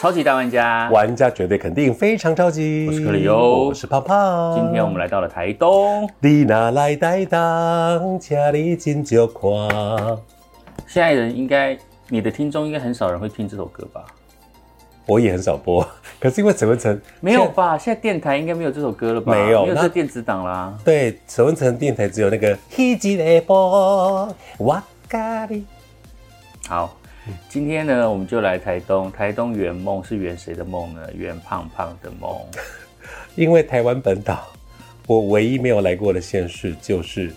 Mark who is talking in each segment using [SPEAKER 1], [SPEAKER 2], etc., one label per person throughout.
[SPEAKER 1] 超级大玩家，
[SPEAKER 2] 玩家绝对肯定非常超级。
[SPEAKER 1] 我是克里欧
[SPEAKER 2] 我是胖胖。
[SPEAKER 1] 今天我们来到了台东，
[SPEAKER 2] 你拿来带当，请你进酒看。
[SPEAKER 1] 现在人应该，你的听众应该很少人会听这首歌吧？
[SPEAKER 2] 我也很少播， 可是因为陈文成
[SPEAKER 1] 没有吧？现在电台应该没有这首歌了吧？
[SPEAKER 2] 没有
[SPEAKER 1] 没有
[SPEAKER 2] 那
[SPEAKER 1] 这电子档啦。
[SPEAKER 2] 对陈文成电台只有那个一集的播，哇咖喱。
[SPEAKER 1] 好，
[SPEAKER 2] 嗯
[SPEAKER 1] 今天呢，我们就来台东。台东圆梦是圆谁的梦呢？圆胖胖的梦。
[SPEAKER 2] 因为台湾本岛，我唯一没有来过的县市就是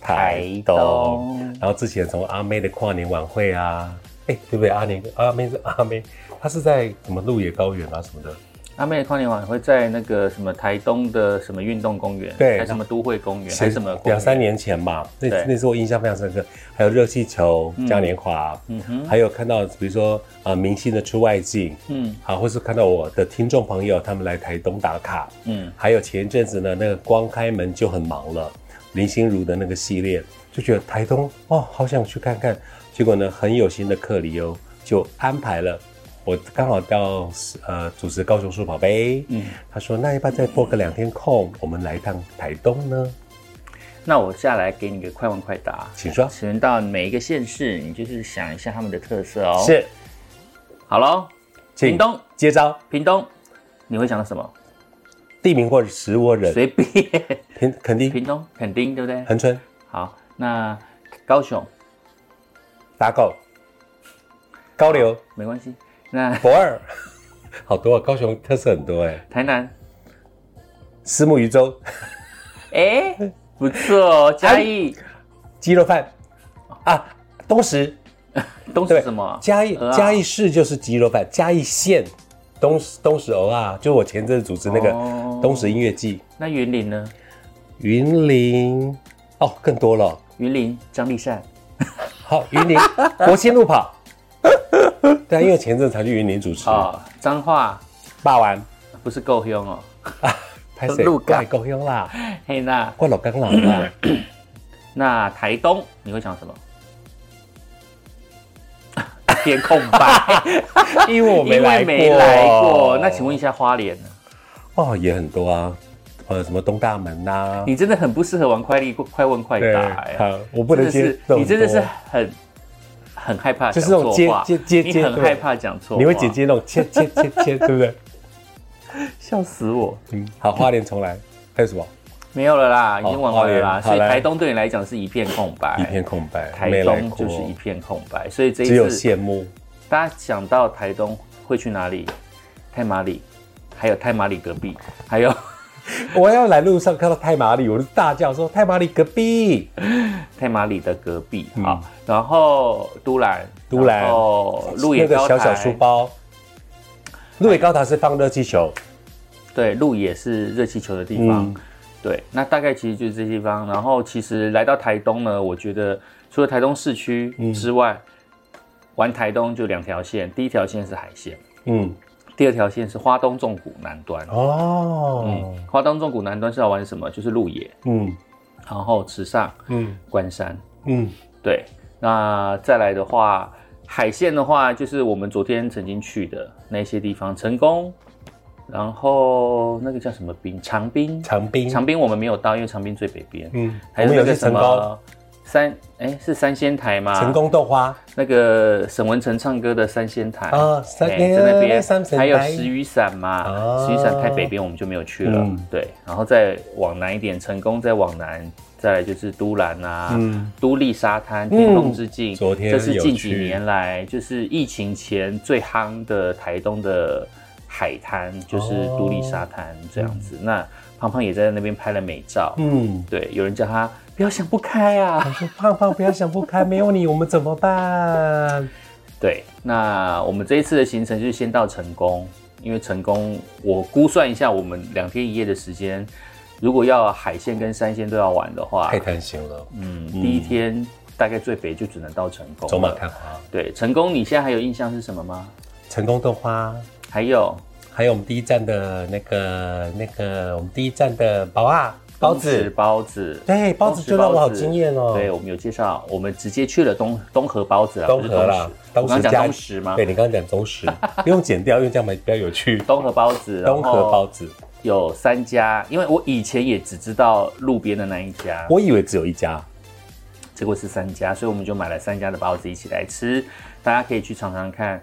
[SPEAKER 2] 台
[SPEAKER 1] 台
[SPEAKER 2] 东
[SPEAKER 1] 东。
[SPEAKER 2] 然后之前从阿妹的跨年晚会啊，哎、对不对？阿年阿妹是阿妹，她是在什么鹿野高原啊什么的。
[SPEAKER 1] 阿妹的跨年晚会在那个什么台东的什么运动公园，
[SPEAKER 2] 对
[SPEAKER 1] 还什么都会公园，还什么公园
[SPEAKER 2] 两三，年前吧，那
[SPEAKER 1] 对
[SPEAKER 2] 那次我印象非常深刻。还有热气球嘉年华，
[SPEAKER 1] 嗯哼，
[SPEAKER 2] 还有看到比如说啊、呃明星的出外景，
[SPEAKER 1] 嗯
[SPEAKER 2] 啊，或是看到我的听众朋友他们来台东打卡，
[SPEAKER 1] 嗯，
[SPEAKER 2] 还有前一阵子呢，那个光开门就很忙了，林心如的那个系列，就觉得台东哦，好想去看看。结果呢，很有心的克里欧就安排了，我刚好到呃主持高雄树宝贝，
[SPEAKER 1] 嗯
[SPEAKER 2] 嗯，他说那要不要再拨个两天空，我们来一趟台东呢？
[SPEAKER 1] 那我下来给你个快问快答，
[SPEAKER 2] 请说，
[SPEAKER 1] 请问到每一个县市，你就是想一下他们的特色哦。，
[SPEAKER 2] 是，
[SPEAKER 1] 好喽，
[SPEAKER 2] 请
[SPEAKER 1] 屏东，
[SPEAKER 2] 接招，
[SPEAKER 1] 屏东，你会想到什么？
[SPEAKER 2] 地名或食物或人，
[SPEAKER 1] 随便，
[SPEAKER 2] 肯肯定
[SPEAKER 1] 屏东，垦丁，对不对？
[SPEAKER 2] 恒春
[SPEAKER 1] 好，那高雄
[SPEAKER 2] 打狗，高流
[SPEAKER 1] 没关系，那
[SPEAKER 2] 博尔， 好多、啊，高雄特色很多哎、
[SPEAKER 1] 台南。
[SPEAKER 2] 虱目鱼粥、
[SPEAKER 1] 哎、不错
[SPEAKER 2] 哎
[SPEAKER 1] 哦，嘉义
[SPEAKER 2] 鸡肉饭啊，东石
[SPEAKER 1] 东是
[SPEAKER 2] 对
[SPEAKER 1] 什么啊？
[SPEAKER 2] 嘉义
[SPEAKER 1] 鹅啊
[SPEAKER 2] 嘉义市就是鸡肉饭，嘉义县东东石鹅啊，就我前阵子主持那个
[SPEAKER 1] 哦
[SPEAKER 2] 东石音乐季，
[SPEAKER 1] 那云林呢？
[SPEAKER 2] 云林哦更多了，
[SPEAKER 1] 云林张立善，
[SPEAKER 2] 好云 林国庆路跑，对啊，因为前阵子才去云林主持，
[SPEAKER 1] 哦，彰化
[SPEAKER 2] 霸完
[SPEAKER 1] 不是够凶哦。
[SPEAKER 2] 拍谁
[SPEAKER 1] 鹿港
[SPEAKER 2] 太够用啦，
[SPEAKER 1] 嘿，那
[SPEAKER 2] 怪老刚老啦，
[SPEAKER 1] 那台东你会想什么？ 一片空白，
[SPEAKER 2] 因为 我 没
[SPEAKER 1] 因
[SPEAKER 2] 来
[SPEAKER 1] 为
[SPEAKER 2] 过，
[SPEAKER 1] 没来过。那请问一下花莲呢？
[SPEAKER 2] 哦也很多啊，呃什么东大门呐、
[SPEAKER 1] 你真的很不适合玩快力快问快
[SPEAKER 2] 对，
[SPEAKER 1] 答、哎，
[SPEAKER 2] 好，我不
[SPEAKER 1] 真
[SPEAKER 2] 能
[SPEAKER 1] 的
[SPEAKER 2] 接
[SPEAKER 1] 是
[SPEAKER 2] 受
[SPEAKER 1] 你真的
[SPEAKER 2] 很
[SPEAKER 1] 是
[SPEAKER 2] 多
[SPEAKER 1] 很很害怕
[SPEAKER 2] 就
[SPEAKER 1] 讲
[SPEAKER 2] 是那
[SPEAKER 1] 错
[SPEAKER 2] 种
[SPEAKER 1] 话，
[SPEAKER 2] 接接接
[SPEAKER 1] 你
[SPEAKER 2] 接
[SPEAKER 1] 很
[SPEAKER 2] 对
[SPEAKER 1] 害怕讲错话，
[SPEAKER 2] 你会剪接那种切切切切，对 不对？
[SPEAKER 1] 笑死我。
[SPEAKER 2] 嗯，好，花莲重来，还有什么？
[SPEAKER 1] 没有了啦，已经玩完了啦，
[SPEAKER 2] 哦
[SPEAKER 1] 所
[SPEAKER 2] 好嘞
[SPEAKER 1] 以
[SPEAKER 2] 好嘞
[SPEAKER 1] 台东对你来讲是一片空白，
[SPEAKER 2] 一片空白，
[SPEAKER 1] 哎台
[SPEAKER 2] 没来
[SPEAKER 1] 东
[SPEAKER 2] 过，
[SPEAKER 1] 就是一片空白，所以这
[SPEAKER 2] 只有
[SPEAKER 1] 一次
[SPEAKER 2] 羡慕。
[SPEAKER 1] 大家想到台东会去哪里？太马里，还有太马里隔壁，还有
[SPEAKER 2] 我要来路上看到太麻里，我就大叫说：“太麻里隔壁
[SPEAKER 1] 太马里的隔壁啊、然后都兰，
[SPEAKER 2] 嗯都兰
[SPEAKER 1] 然后鹿
[SPEAKER 2] 那
[SPEAKER 1] 野
[SPEAKER 2] 个
[SPEAKER 1] 高台，
[SPEAKER 2] 小小书包。”鹿野高塔是放热气球，
[SPEAKER 1] 对，鹿野是热气球的地方。
[SPEAKER 2] 嗯
[SPEAKER 1] 对，那大概其实就是这地方。然后其实来到台东呢，我觉得除了台东市区之外，玩台东就两条线，第一条线是海线，
[SPEAKER 2] 嗯，
[SPEAKER 1] 第二条线是花东纵谷南端。
[SPEAKER 2] 哦
[SPEAKER 1] 嗯，，花东纵谷南端是要玩什么？就是鹿野，
[SPEAKER 2] 嗯
[SPEAKER 1] 然后池上、
[SPEAKER 2] 嗯
[SPEAKER 1] 关山。
[SPEAKER 2] 嗯，
[SPEAKER 1] 对，那再来的话，海线的话，就是我们昨天曾经去的那些地方，成功，然后那个叫什么冰，长滨，
[SPEAKER 2] 长滨，
[SPEAKER 1] 长滨我们没有到，因为长滨最北边。
[SPEAKER 2] 嗯，
[SPEAKER 1] 还
[SPEAKER 2] 我
[SPEAKER 1] 有那
[SPEAKER 2] 们有
[SPEAKER 1] 个
[SPEAKER 2] 去
[SPEAKER 1] 什
[SPEAKER 2] 成功，
[SPEAKER 1] 么三，哎，是三仙台吗？
[SPEAKER 2] 成功豆花
[SPEAKER 1] 那个沈文成唱歌的三仙台
[SPEAKER 2] 啊三
[SPEAKER 1] 哎在那边
[SPEAKER 2] 三仙台
[SPEAKER 1] 还有石雨伞嘛，
[SPEAKER 2] 啊
[SPEAKER 1] 石雨伞太北边我们就没有去了。
[SPEAKER 2] 嗯
[SPEAKER 1] 对，然后再往南一点，成功再往南，再来就是都兰啊，
[SPEAKER 2] 嗯
[SPEAKER 1] 都立沙滩、天空之境，
[SPEAKER 2] 昨天
[SPEAKER 1] 这是近
[SPEAKER 2] 有
[SPEAKER 1] 几
[SPEAKER 2] 去
[SPEAKER 1] 年来就是疫情前最夯的台东的海滩，就是
[SPEAKER 2] 哦
[SPEAKER 1] 都立沙滩这样子。那胖胖也在那边拍了美照，
[SPEAKER 2] 嗯，
[SPEAKER 1] 对，有人叫他不要想不开啊。
[SPEAKER 2] 说胖胖不要想不开，没有你我们怎么
[SPEAKER 1] 啊
[SPEAKER 2] 办？
[SPEAKER 1] 对，那我们这一次的行程就是先到成功，因为成功我估算一下，我们两天一夜的时间，如果要海鲜跟山鲜都要玩的话
[SPEAKER 2] 太，贪心了，
[SPEAKER 1] 嗯，第一天大概最北就只能到成功了。
[SPEAKER 2] 走马看花，
[SPEAKER 1] 对，成功你现在还有印象是什么吗？
[SPEAKER 2] 成功豆花，
[SPEAKER 1] 还有
[SPEAKER 2] 还有我们第一站的那个那个我们第一站的宝啊，包
[SPEAKER 1] 东石
[SPEAKER 2] 子，
[SPEAKER 1] 包子，
[SPEAKER 2] 对包
[SPEAKER 1] 东
[SPEAKER 2] 子
[SPEAKER 1] 石
[SPEAKER 2] 就让我好
[SPEAKER 1] 包子
[SPEAKER 2] 惊艳哦。
[SPEAKER 1] 对，我们有介绍，我们直接去了东东河包子啊，
[SPEAKER 2] 东
[SPEAKER 1] 不是
[SPEAKER 2] 河啦，
[SPEAKER 1] 东石我刚
[SPEAKER 2] 加
[SPEAKER 1] 讲东石吗？
[SPEAKER 2] 对，你刚刚讲 东石，不用剪掉，因为这样比较有趣。
[SPEAKER 1] 东河包子，
[SPEAKER 2] 东河包子，
[SPEAKER 1] 有三家，因为我以前也只知道路边的那一家，
[SPEAKER 2] 我以为只有一家，
[SPEAKER 1] 结果是三家，所以我们就买了三家的包子一起来吃。大家可以去尝尝看，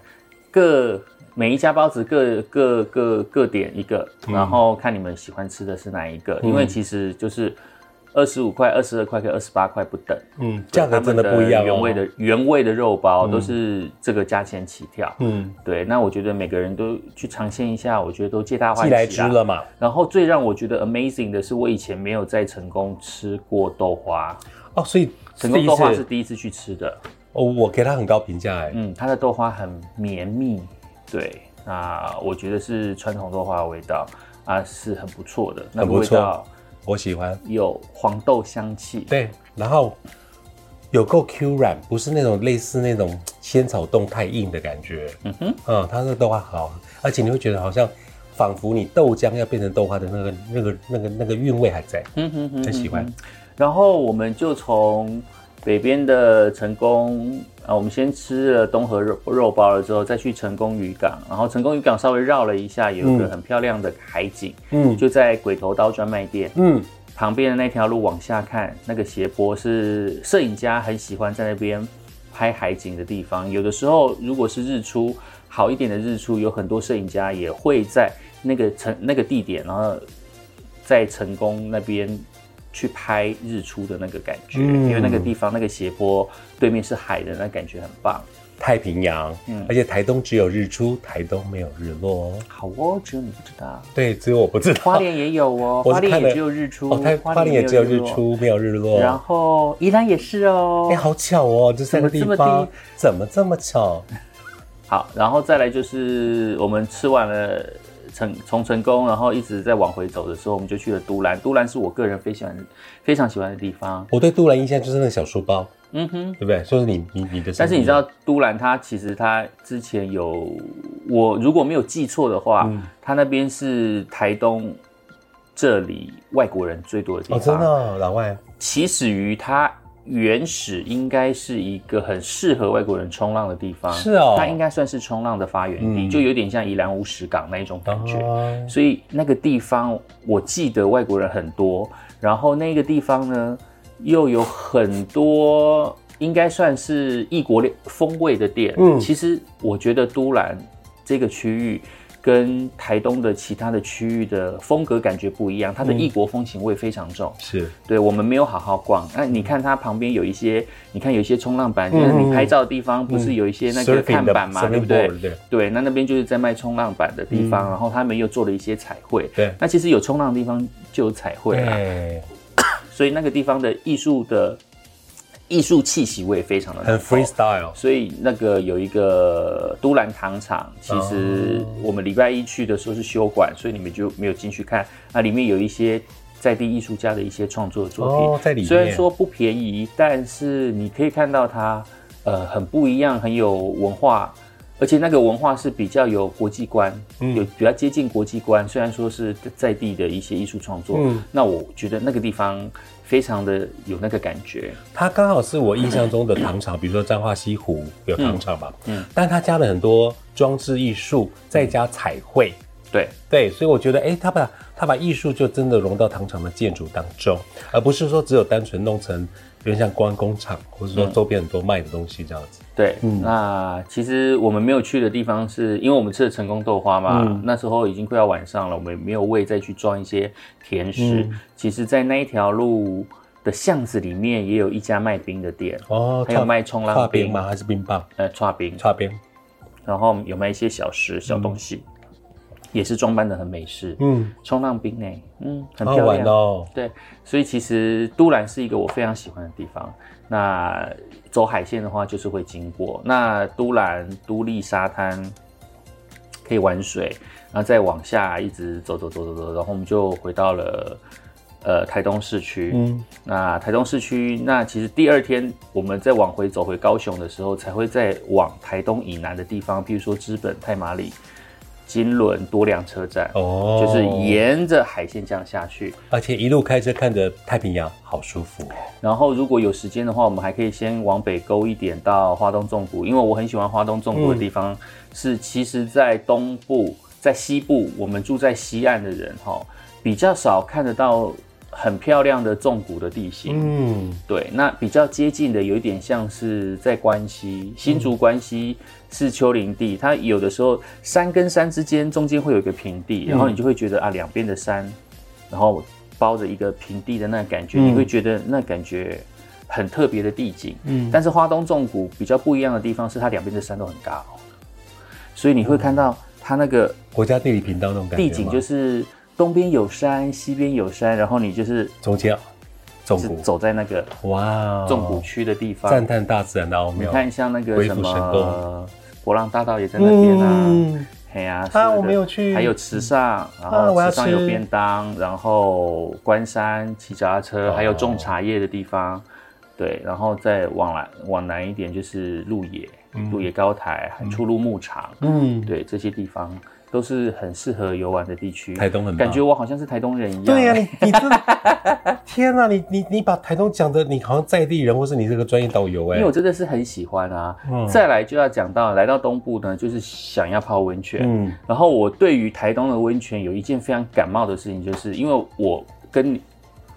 [SPEAKER 1] 各每一家包子各各各各点一个，
[SPEAKER 2] 嗯
[SPEAKER 1] 然后看你们喜欢吃的是哪一个，因为其实就是二十五块、二十二块跟二十八块不等，
[SPEAKER 2] 嗯，价格真的不一样、哦。
[SPEAKER 1] 原味，的原味的肉包都是这个价钱起跳。
[SPEAKER 2] 嗯，
[SPEAKER 1] 对，那我觉得每个人都去尝鲜一下，我觉得都皆大欢喜
[SPEAKER 2] 既
[SPEAKER 1] 啦。
[SPEAKER 2] 来之了嘛。
[SPEAKER 1] 然后最让我觉得 amazing 的是，我以前没有在成功吃过豆花，
[SPEAKER 2] 哦，所以
[SPEAKER 1] 成功豆花
[SPEAKER 2] 第一
[SPEAKER 1] 是
[SPEAKER 2] 次
[SPEAKER 1] 第一次去吃的。
[SPEAKER 2] 哦，我给他很高评价哎。
[SPEAKER 1] 嗯，它的豆花很绵密，对，那我觉得是传统豆花的味道啊，是很不错的，那
[SPEAKER 2] 很
[SPEAKER 1] 个
[SPEAKER 2] 不
[SPEAKER 1] 味
[SPEAKER 2] 错
[SPEAKER 1] 道
[SPEAKER 2] 我喜欢。
[SPEAKER 1] 有黄豆香气，
[SPEAKER 2] 对，然后有够 Q 软，不是那种类似那种仙草冻太硬的感觉。嗯哼，嗯，它的豆花好，而且你会觉得好像仿佛你豆浆要变成豆花的那个那个那个那个韵味还在，
[SPEAKER 1] 嗯哼哼
[SPEAKER 2] 很喜欢。
[SPEAKER 1] 然后我们就从北边的成功啊，我们先吃了东河肉肉包了之后，再去成功渔港，然后成功渔港稍微绕了一下，有一个
[SPEAKER 2] 嗯
[SPEAKER 1] 很漂亮的海景，
[SPEAKER 2] 嗯
[SPEAKER 1] 就在鬼头刀专卖店。
[SPEAKER 2] 嗯，
[SPEAKER 1] 旁边的那条路往下看，那个斜坡是摄影家很喜欢在那边拍海景的地方。有的时候，如果是日出好一点的日出，有很多摄影家也会在那个成那个地点，然后在成功那边去拍日出的那个感觉，
[SPEAKER 2] 嗯
[SPEAKER 1] 因为那个地方那个斜坡对面是海的，那感觉很棒。
[SPEAKER 2] 太平洋，
[SPEAKER 1] 嗯
[SPEAKER 2] 而且台东只有日出，台东没有日落哦。
[SPEAKER 1] 好哦，只有你不知道，
[SPEAKER 2] 对，只有我不知道。
[SPEAKER 1] 花莲也有哦，
[SPEAKER 2] 我
[SPEAKER 1] 花
[SPEAKER 2] 是看
[SPEAKER 1] 莲
[SPEAKER 2] 了
[SPEAKER 1] 也只有日出，
[SPEAKER 2] 哦，它花莲也只有日
[SPEAKER 1] 落，
[SPEAKER 2] 出，没哦有日落。
[SPEAKER 1] 然后宜兰也是哦。
[SPEAKER 2] 哎、好巧哦，这三个地
[SPEAKER 1] 怎么这么
[SPEAKER 2] 方
[SPEAKER 1] 地
[SPEAKER 2] 怎么这么巧？
[SPEAKER 1] 好，然后再来就是我们吃完了成从成功，然后一直在往回走的时候，我们就去了都兰。都兰是我个人非常喜欢非常喜欢的地方。
[SPEAKER 2] 我对杜兰印象就是那个小书包，
[SPEAKER 1] 嗯哼。
[SPEAKER 2] 对不对？就是你你你的。
[SPEAKER 1] 但是你知道都兰它其实它之前有我如果没有记错的话，
[SPEAKER 2] 嗯
[SPEAKER 1] 它那边是台东这里外国人最多的地
[SPEAKER 2] 哦，
[SPEAKER 1] 方。
[SPEAKER 2] 真的哦、老外，
[SPEAKER 1] 起始于它原始应该是一个很适合外国人冲浪的地方，
[SPEAKER 2] 是哦嗯
[SPEAKER 1] 它应该算是冲浪的发源地，就有点像宜兰乌石港那一种感觉。
[SPEAKER 2] 哦
[SPEAKER 1] 所以那个地方我记得外国人很多，然后那个地方呢又有很多应该算是异国料风味的店。
[SPEAKER 2] 嗯
[SPEAKER 1] 其实我觉得都兰这个区域。跟台东的其他的区域的风格感觉不一样，它的
[SPEAKER 2] 嗯
[SPEAKER 1] 异国风情味非常重。
[SPEAKER 2] 是
[SPEAKER 1] 对我们没有好好逛。那、你看它旁边有一些，你看有一些冲浪板，就是
[SPEAKER 2] 嗯
[SPEAKER 1] 你拍照的地方，不是有一些那个
[SPEAKER 2] surfing
[SPEAKER 1] 看
[SPEAKER 2] 的
[SPEAKER 1] 板嘛，
[SPEAKER 2] surfing
[SPEAKER 1] 对不对
[SPEAKER 2] board，对？
[SPEAKER 1] 对，那那边就是在卖冲浪板的地方，然后他们又做了一些彩绘。
[SPEAKER 2] 嗯对
[SPEAKER 1] 那其实有冲浪的地方就有彩绘啦，
[SPEAKER 2] 对，
[SPEAKER 1] 所以那个地方的艺术的艺术气息我也非常的
[SPEAKER 2] 很
[SPEAKER 1] 浓厚
[SPEAKER 2] freestyle，
[SPEAKER 1] 所以那个有一个都兰糖厂，其实我们礼拜一去的时候是休馆，所以你们就没有进去看。那里面有一些在地艺术家的一些创作作品，
[SPEAKER 2] 哦在里面
[SPEAKER 1] 虽然说不便宜，但是你可以看到它，呃，很不一样，很有文化，而且那个文化是比较有国际观，
[SPEAKER 2] 嗯
[SPEAKER 1] 有比较接近国际观。虽然说是在地的一些艺术创作，
[SPEAKER 2] 嗯
[SPEAKER 1] 那我觉得那个地方非常的有那个感觉，
[SPEAKER 2] 它刚好是我印象中的糖厂，比如说彰化西湖有糖厂嘛，嗯，但它加了很多装置艺术，再加彩绘，
[SPEAKER 1] 对。
[SPEAKER 2] 对，所以我觉得，哎，它把它把艺术就真的融到糖厂的建筑当中，而不是说只有单纯弄成呃有点像观光工厂，或者说周边很多卖的东西这样子。
[SPEAKER 1] 对，
[SPEAKER 2] 嗯
[SPEAKER 1] 那其实我们没有去的地方是，因为我们吃了成功豆花嘛，
[SPEAKER 2] 嗯
[SPEAKER 1] 那时候已经快要晚上了，我们没有胃再去装一些甜食。
[SPEAKER 2] 嗯
[SPEAKER 1] 其实，在那一条路的巷子里面，也有一家卖冰的店，
[SPEAKER 2] 哦，
[SPEAKER 1] 还有
[SPEAKER 2] 串
[SPEAKER 1] 卖冲
[SPEAKER 2] 串
[SPEAKER 1] 浪
[SPEAKER 2] 冰
[SPEAKER 1] 冰
[SPEAKER 2] 吗？还是冰棒？
[SPEAKER 1] 呃，串冰，
[SPEAKER 2] 串冰，
[SPEAKER 1] 然后有卖一些小食、小东西，也是装扮的很美式。
[SPEAKER 2] 嗯，
[SPEAKER 1] 冲浪冰呢、嗯，很
[SPEAKER 2] 好好
[SPEAKER 1] 漂
[SPEAKER 2] 玩
[SPEAKER 1] 亮。
[SPEAKER 2] 哦。
[SPEAKER 1] 对，所以其实都兰是一个我非常喜欢的地方。那走海线的话，就是会经过那都兰都立沙滩，可以玩水，然后再往下一直走走走走走，然后我们就回到了呃台东市区。
[SPEAKER 2] 嗯，
[SPEAKER 1] 那台东市区，那其实第二天我们再往回走回高雄的时候，才会再往台东以南的地方，譬如说知本、太麻里。金轮多良车站，
[SPEAKER 2] 哦
[SPEAKER 1] 就是，沿着海线这样下去。
[SPEAKER 2] 而且一路开车看着太平洋，好舒服哦。
[SPEAKER 1] 然后如果有时间的话，我们还可以先往北勾一点到花东纵谷，因为我很喜欢花东纵谷的地方、是，其实，在东部、在西部，我们住在西岸的人哈、比较少看得到很漂亮的纵谷的地形。
[SPEAKER 2] 嗯，
[SPEAKER 1] 对，那比较接近的有一点像是在关西，新
[SPEAKER 2] 嗯
[SPEAKER 1] 竹关西是丘陵地，它有的时候山跟山之间中间会有一个平地，然后
[SPEAKER 2] 嗯
[SPEAKER 1] 你就会觉得啊，两边的山，然后包着一个平地的那感觉，
[SPEAKER 2] 嗯
[SPEAKER 1] 你会觉得那感觉很特别的地景。
[SPEAKER 2] 嗯
[SPEAKER 1] 但是花东纵谷比较不一样的地方是它两边的山都很高，所以你会看到它那个
[SPEAKER 2] 国家地理频道那种感觉
[SPEAKER 1] 地
[SPEAKER 2] 吗，
[SPEAKER 1] 景就是东边有山，西边有山，然后你就是
[SPEAKER 2] 中间纵
[SPEAKER 1] 是
[SPEAKER 2] 谷，
[SPEAKER 1] 走在那个
[SPEAKER 2] 哇，哦
[SPEAKER 1] 纵谷，区的地方。
[SPEAKER 2] 赞叹大自然的奥
[SPEAKER 1] 你
[SPEAKER 2] 妙。
[SPEAKER 1] 看，像那个
[SPEAKER 2] 鬼
[SPEAKER 1] 什
[SPEAKER 2] 斧神
[SPEAKER 1] 么
[SPEAKER 2] 工
[SPEAKER 1] 博浪大道也在那边啊，
[SPEAKER 2] 嗯，
[SPEAKER 1] 嘿呀，是
[SPEAKER 2] 啊，
[SPEAKER 1] 的
[SPEAKER 2] 我没有去，
[SPEAKER 1] 还有池上，然
[SPEAKER 2] 啊我
[SPEAKER 1] 后
[SPEAKER 2] 要
[SPEAKER 1] 池上有
[SPEAKER 2] 吃
[SPEAKER 1] 便当，然后关山骑脚踏车，
[SPEAKER 2] 哦
[SPEAKER 1] 还有种茶叶的地方，对，然后再往南往南一点就是鹿野、鹿野高台、出入牧场，
[SPEAKER 2] 嗯，
[SPEAKER 1] 对，这些地方都是很适合游玩的地区。
[SPEAKER 2] 台东很棒
[SPEAKER 1] 感觉我好像是台东人一样。
[SPEAKER 2] 对呀、你你真的，天哪、你你你把台东讲的，你好像在地人，或是你是个专业导游哎、
[SPEAKER 1] 因为我真的是很喜欢啊。
[SPEAKER 2] 嗯
[SPEAKER 1] 再来就要讲到来到东部呢，就是想要泡温泉。
[SPEAKER 2] 嗯
[SPEAKER 1] 然后我对于台东的温泉有一件非常感冒的事情，就是因为我跟你，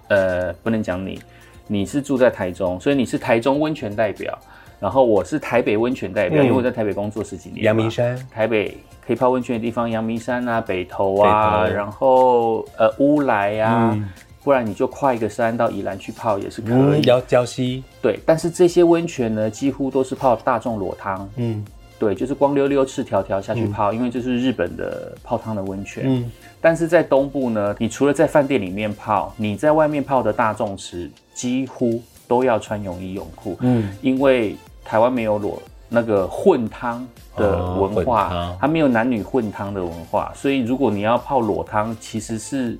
[SPEAKER 1] 呃，不能讲你，你是住在台中，所以你是台中温泉代表，然后我是台北温泉代表，
[SPEAKER 2] 嗯
[SPEAKER 1] 因为我在台北工作十几年嘛。
[SPEAKER 2] 阳明山，
[SPEAKER 1] 台北可以泡温泉的地方，阳明山啊、北投啊，
[SPEAKER 2] 北投
[SPEAKER 1] 然后呃乌来啊，
[SPEAKER 2] 嗯
[SPEAKER 1] 不然你就跨一个山到宜兰去泡也是可以。
[SPEAKER 2] 嗯，礁礁溪，
[SPEAKER 1] 对，但是这些温泉呢，几乎都是泡大众裸汤，
[SPEAKER 2] 嗯
[SPEAKER 1] 对，就是光溜溜、赤条条下去泡，因为这是日本的泡汤的温泉。
[SPEAKER 2] 嗯，
[SPEAKER 1] 但是在东部呢，你除了在饭店里面泡，你在外面泡的大众池几乎都要穿泳衣泳裤，
[SPEAKER 2] 嗯，
[SPEAKER 1] 因为台湾没有裸那个混汤的文
[SPEAKER 2] 哦混
[SPEAKER 1] 化
[SPEAKER 2] 汤，
[SPEAKER 1] 它没有男女混汤的文化，所以如果你要泡裸汤，其实是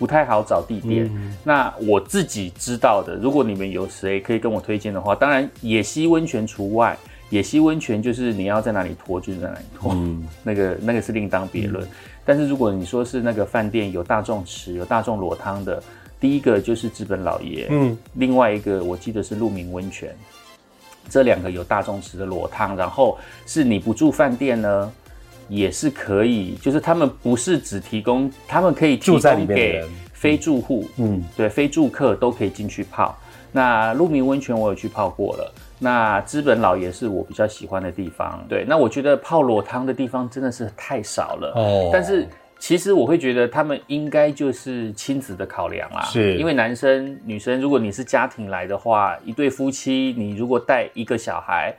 [SPEAKER 1] 不太好找地点。
[SPEAKER 2] 嗯
[SPEAKER 1] 那我自己知道的，如果你们有谁可以跟我推荐的话，当然野溪温泉除外。野溪温泉就是你要在哪里拖就是在哪里拖，
[SPEAKER 2] 嗯
[SPEAKER 1] 那个那个是另当别论。但是如果你说是那个饭店有大众池、有大众裸汤的，第一个就是资本老爷，
[SPEAKER 2] 嗯，
[SPEAKER 1] 另外一个我记得是鹿鸣温泉，这两个有大众池的裸汤，然后是你不住饭店呢，也是可以，就是他们不是只提供，他们可以提
[SPEAKER 2] 住在
[SPEAKER 1] 供
[SPEAKER 2] 里面的
[SPEAKER 1] 给
[SPEAKER 2] 人
[SPEAKER 1] 非住户，
[SPEAKER 2] 嗯，
[SPEAKER 1] 对，非住客都可以进去泡。那鹿鸣温泉我有去泡过了，那资本老爷是我比较喜欢的地方。对，那我觉得泡裸汤的地方真的是太少了。
[SPEAKER 2] 哦
[SPEAKER 1] 但是其实我会觉得他们应该就是亲子的考量啦，
[SPEAKER 2] 是
[SPEAKER 1] 因为男生女生，如果你是家庭来的话，一对夫妻，你如果带一个小孩，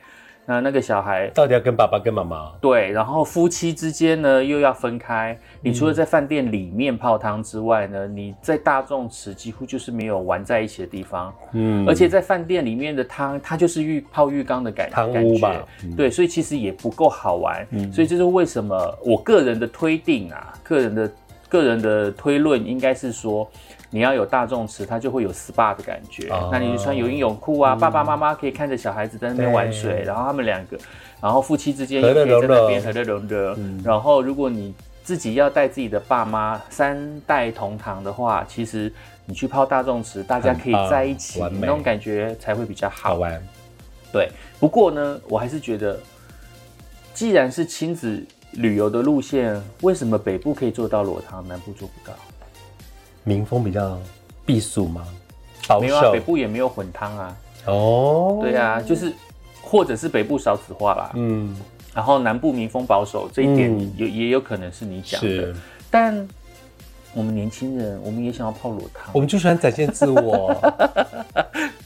[SPEAKER 1] 那那个小孩。
[SPEAKER 2] 到底要跟爸爸跟妈妈？
[SPEAKER 1] 对，然后夫妻之间呢又要分开。你除了在饭店里面泡汤之外呢，你在大众池几乎就是没有玩在一起的地方。
[SPEAKER 2] 嗯，
[SPEAKER 1] 而且在饭店里面的汤，它就是浴泡浴缸的感
[SPEAKER 2] 汤
[SPEAKER 1] 感
[SPEAKER 2] 屋
[SPEAKER 1] 觉
[SPEAKER 2] 吧嗯
[SPEAKER 1] 对，所以其实也不够好玩，所以这是为什么我个人的推定啊，个人的个人的推论应该是说。你要有大众池，它就会有 SPA 的感觉。
[SPEAKER 2] 哦嗯
[SPEAKER 1] 那你就穿游泳泳裤啊，爸爸妈妈可以看着小孩子在那边玩水，
[SPEAKER 2] 对
[SPEAKER 1] 然后他们两个，然后夫妻之间
[SPEAKER 2] 和
[SPEAKER 1] 也可
[SPEAKER 2] 乐
[SPEAKER 1] 以在那边和
[SPEAKER 2] 融融
[SPEAKER 1] 乐融
[SPEAKER 2] 嗯
[SPEAKER 1] 融。然后，如果你自己要带自己的爸妈三代同堂的话，其实你去泡大众池，大家
[SPEAKER 2] 很
[SPEAKER 1] 可以
[SPEAKER 2] 棒
[SPEAKER 1] 在一起，
[SPEAKER 2] 完美
[SPEAKER 1] 那种感觉才会比较
[SPEAKER 2] 好
[SPEAKER 1] 好。
[SPEAKER 2] 玩，
[SPEAKER 1] 对，不过呢，我还是觉得，既然是亲子旅游的路线，为什么北部可以做到裸汤，南部做不到？
[SPEAKER 2] 民风比较避暑吗？保
[SPEAKER 1] 没有啊，
[SPEAKER 2] 守
[SPEAKER 1] 北部也没有混汤啊。
[SPEAKER 2] 哦，
[SPEAKER 1] 对啊，就是或者是北部少子化啦，
[SPEAKER 2] 嗯，
[SPEAKER 1] 然后南部民风保守，这一点
[SPEAKER 2] 嗯
[SPEAKER 1] 有、也有可能是你讲的。
[SPEAKER 2] 是，
[SPEAKER 1] 但我们年轻人，我们也想要泡裸汤
[SPEAKER 2] 我，们就喜欢展现 自我，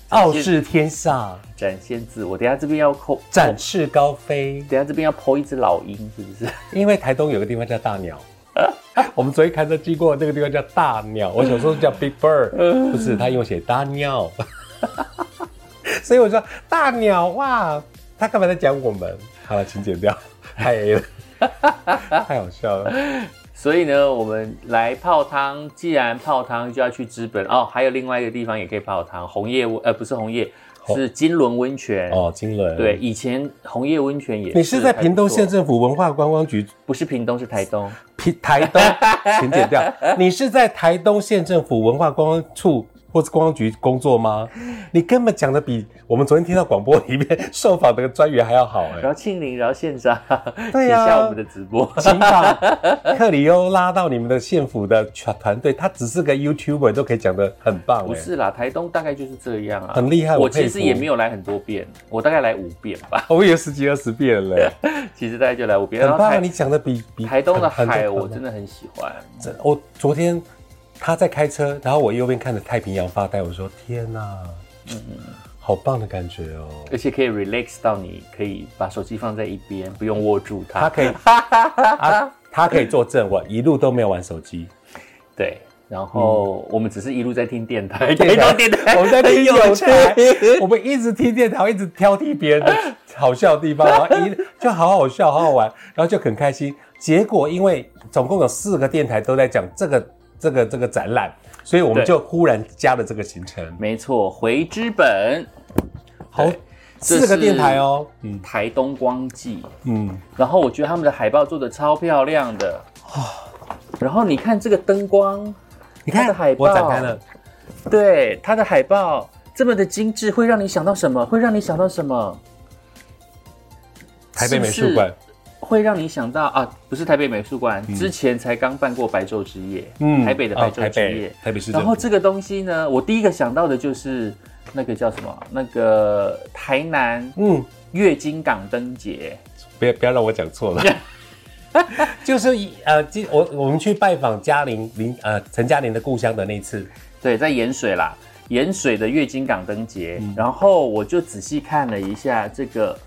[SPEAKER 2] 傲视天下，
[SPEAKER 1] 展现自我。等一下这边要扣
[SPEAKER 2] 展翅高飞。
[SPEAKER 1] 等一下这边要剖一只老鹰，是不是？
[SPEAKER 2] 因为台东有个地方叫大鸟， 我们昨天开车经过那个地方叫大鸟，我想说叫 Big
[SPEAKER 1] 嗯
[SPEAKER 2] Bird，不是，他用写大鸟， 所以我说大鸟哇，他干嘛在讲我们？好了，请剪掉，太 A 了， 太好笑了。
[SPEAKER 1] 所以呢，我们来泡汤，既然泡汤就要去资本哦，还有另外一个地方也可以泡汤，红叶呃不是红叶，是金轮温泉。
[SPEAKER 2] 哦，金轮
[SPEAKER 1] 对，，以前红叶温泉也
[SPEAKER 2] 你是在
[SPEAKER 1] 还不
[SPEAKER 2] 屏东
[SPEAKER 1] 错
[SPEAKER 2] 县，政府文化观光局
[SPEAKER 1] 不是屏东，是台东。
[SPEAKER 2] 屏台东，请剪掉。你是在台东县政府文化观光处或是观光局工作吗？你根本讲的比我们昨天听到广播里面受访的专员还要好哎、
[SPEAKER 1] 饶庆林，饶县长，
[SPEAKER 2] 对
[SPEAKER 1] 请
[SPEAKER 2] 啊
[SPEAKER 1] 下我们的直播。
[SPEAKER 2] 请把克里欧拉到你们的县府的团团队，他只是个 YouTuber 都可以讲的很棒
[SPEAKER 1] 不
[SPEAKER 2] 哎、
[SPEAKER 1] 是啦，台东大概就是这样啊，
[SPEAKER 2] 很厉害我
[SPEAKER 1] 我
[SPEAKER 2] 佩服
[SPEAKER 1] 其实也没有来很多遍，我大概来五遍吧，
[SPEAKER 2] 我也十几二十遍了、
[SPEAKER 1] 其实大概就来五遍。
[SPEAKER 2] 很
[SPEAKER 1] 然后
[SPEAKER 2] 棒啊！
[SPEAKER 1] 台
[SPEAKER 2] 你讲的比比
[SPEAKER 1] 台东的海，我
[SPEAKER 2] 我
[SPEAKER 1] 真的很喜欢。
[SPEAKER 2] 真我昨天他在开车，然后我右边看着太平洋发呆，我说天哪、
[SPEAKER 1] 嗯
[SPEAKER 2] 好棒的感觉哦。
[SPEAKER 1] 而且可以 relax 到你可以把手机放在一边，不用握住
[SPEAKER 2] 他
[SPEAKER 1] 它。
[SPEAKER 2] 可以，他他可以作证，我一路都没有玩手机。
[SPEAKER 1] 对，然后我们只是一路在听电 台，
[SPEAKER 2] 电台
[SPEAKER 1] 台东电台，
[SPEAKER 2] 我们在听有台
[SPEAKER 1] 很有趣，
[SPEAKER 2] 我们一直听电台，一直挑剔别人的好笑的地方，然后一就好好笑，好好玩，然后就很开心。结果因为总共有四个电台都在讲这个这个这个展览，所以我们
[SPEAKER 1] 对
[SPEAKER 2] 就忽然加了这个行程，
[SPEAKER 1] 没错，回之本，
[SPEAKER 2] 好
[SPEAKER 1] 对这
[SPEAKER 2] 四个电台哦，
[SPEAKER 1] 嗯，台东光记。
[SPEAKER 2] 嗯，
[SPEAKER 1] 然后我觉得他们的海报做的超漂亮 的然后你看这个灯光，
[SPEAKER 2] 你
[SPEAKER 1] 它
[SPEAKER 2] 看
[SPEAKER 1] 的海报
[SPEAKER 2] 我展开了，
[SPEAKER 1] 对它的海报这么的精致，会让你想到什么？会让你想到什么？
[SPEAKER 2] 台北美术馆，
[SPEAKER 1] 会让你想到啊，不是台北美术馆，之前才刚办过白昼之夜，嗯，台北的白
[SPEAKER 2] 哦
[SPEAKER 1] 昼
[SPEAKER 2] 台
[SPEAKER 1] 之夜
[SPEAKER 2] 北。台北市
[SPEAKER 1] 然
[SPEAKER 2] 政
[SPEAKER 1] 后
[SPEAKER 2] 府，
[SPEAKER 1] 这个东西呢，我第一个想到的就是那个叫什么？那个台南
[SPEAKER 2] 嗯，
[SPEAKER 1] 月经港灯节，
[SPEAKER 2] 不要不要让我讲 错了。就是一呃，今我我们去拜访嘉玲林呃陈嘉玲的故乡的那一次，
[SPEAKER 1] 对，在盐水啦，盐水的月经港灯节。
[SPEAKER 2] 嗯
[SPEAKER 1] 然后我就仔细看了一下这个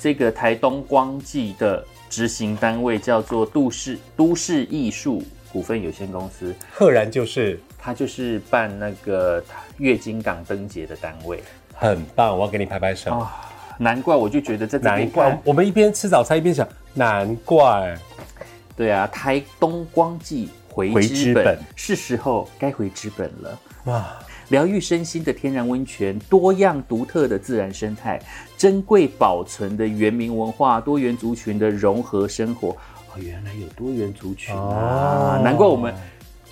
[SPEAKER 1] 这个台东光记的执行单位叫做都市都市艺术股份有限公司，
[SPEAKER 2] 赫然就是
[SPEAKER 1] 它就是办那个月经港灯节的单位。
[SPEAKER 2] 很棒，我要给你拍拍手。
[SPEAKER 1] 哦，难怪我就觉得在这
[SPEAKER 2] 难
[SPEAKER 1] 边
[SPEAKER 2] 怪
[SPEAKER 1] 看，
[SPEAKER 2] 我们一边吃早餐一边想，难怪
[SPEAKER 1] 对啊，台东光记回
[SPEAKER 2] 回
[SPEAKER 1] 之
[SPEAKER 2] 之
[SPEAKER 1] 本
[SPEAKER 2] 本
[SPEAKER 1] 是时候该回之本了。
[SPEAKER 2] 哇，
[SPEAKER 1] 疗愈身心的天然温泉，多样独特的自然生态，珍贵保存的原民文化，多元族群的融合生活。哦，原来有多元族群啊！
[SPEAKER 2] 哦
[SPEAKER 1] 难怪我们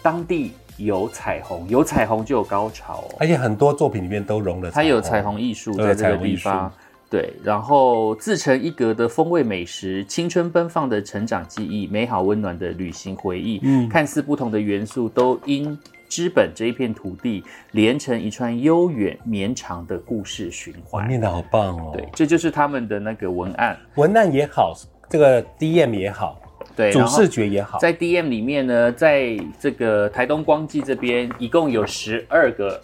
[SPEAKER 1] 当地有彩虹，有彩虹就有高潮哦。
[SPEAKER 2] 而且很多作品里面都融了，
[SPEAKER 1] 它有彩，虹艺术在这个地
[SPEAKER 2] 呃对彩虹
[SPEAKER 1] 方
[SPEAKER 2] 艺。
[SPEAKER 1] 对，然后自成一格的风味美食，青春奔放的成长记忆，美好温暖的旅行回忆，嗯，看似不同的元素都因知本这一片土地连成一串悠远绵长的故事循
[SPEAKER 2] 哇，
[SPEAKER 1] 环。
[SPEAKER 2] 念的好棒哦。
[SPEAKER 1] 对，，这就是他们的那个文案。
[SPEAKER 2] 文案也好，这个 DM 也好，
[SPEAKER 1] 对，
[SPEAKER 2] 主
[SPEAKER 1] 然后
[SPEAKER 2] 视觉也好，
[SPEAKER 1] 在 DM 里面呢，在这个台东光记这边，一共有十二个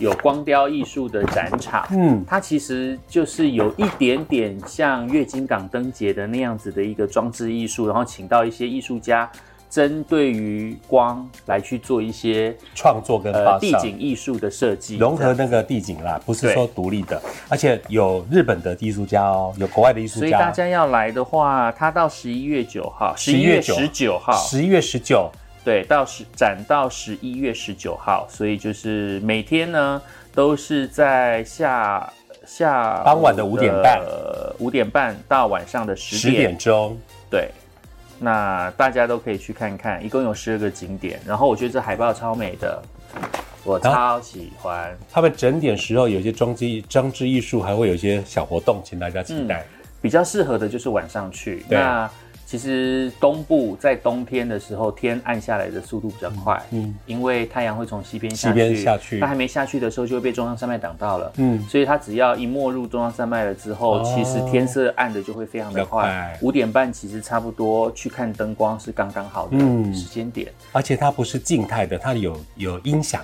[SPEAKER 1] 有光雕艺术的展场。
[SPEAKER 2] 嗯，
[SPEAKER 1] 它其实就是有一点点像月经港灯节的那样子的一个装置艺术，然后请到一些艺术家针对于光来去做一些
[SPEAKER 2] 创作跟
[SPEAKER 1] 呃
[SPEAKER 2] 发
[SPEAKER 1] 地
[SPEAKER 2] 想。
[SPEAKER 1] 景艺术的设计，
[SPEAKER 2] 融
[SPEAKER 1] 这
[SPEAKER 2] 合
[SPEAKER 1] 样。
[SPEAKER 2] 那个地景啦，不是
[SPEAKER 1] 对
[SPEAKER 2] 说独立的，而且有日本的艺术家哦，有国外的艺术
[SPEAKER 1] 所以大
[SPEAKER 2] 家。
[SPEAKER 1] 家要来的话，它到十一月九号，十一
[SPEAKER 2] 11
[SPEAKER 1] 月
[SPEAKER 2] 月
[SPEAKER 1] 十九号，
[SPEAKER 2] 十一月十九，
[SPEAKER 1] 对，到十展到十一月十九号，所以就是每天呢都是在下下
[SPEAKER 2] 傍晚的5点半，
[SPEAKER 1] 五点半到晚上的十
[SPEAKER 2] 十点钟，
[SPEAKER 1] 对，那大家都可以去看看，一共有十二个景点。然后我觉得这海报超美的，我超喜欢。
[SPEAKER 2] 他们整点时候有一些装置装置艺术，还会有一些小活动，请大家期待。
[SPEAKER 1] 比较适合的就是晚上去。
[SPEAKER 2] 对
[SPEAKER 1] 那其实东部在冬天的时候，天暗下来的速度比较快，嗯
[SPEAKER 2] 嗯，
[SPEAKER 1] 因为太阳会从西边下去，
[SPEAKER 2] 西边下去
[SPEAKER 1] 它还没下去的时候就会被中央山脉挡到了，嗯
[SPEAKER 2] 嗯，
[SPEAKER 1] 所以它只要一没入中央山脉了之后，
[SPEAKER 2] 哦
[SPEAKER 1] 其实天色暗的就会非常的
[SPEAKER 2] 比较
[SPEAKER 1] 快
[SPEAKER 2] 快，
[SPEAKER 1] 五点半其实差不多去看灯光是刚刚好的
[SPEAKER 2] 嗯
[SPEAKER 1] 时间点。
[SPEAKER 2] 而且它不是静态的，它有有音响。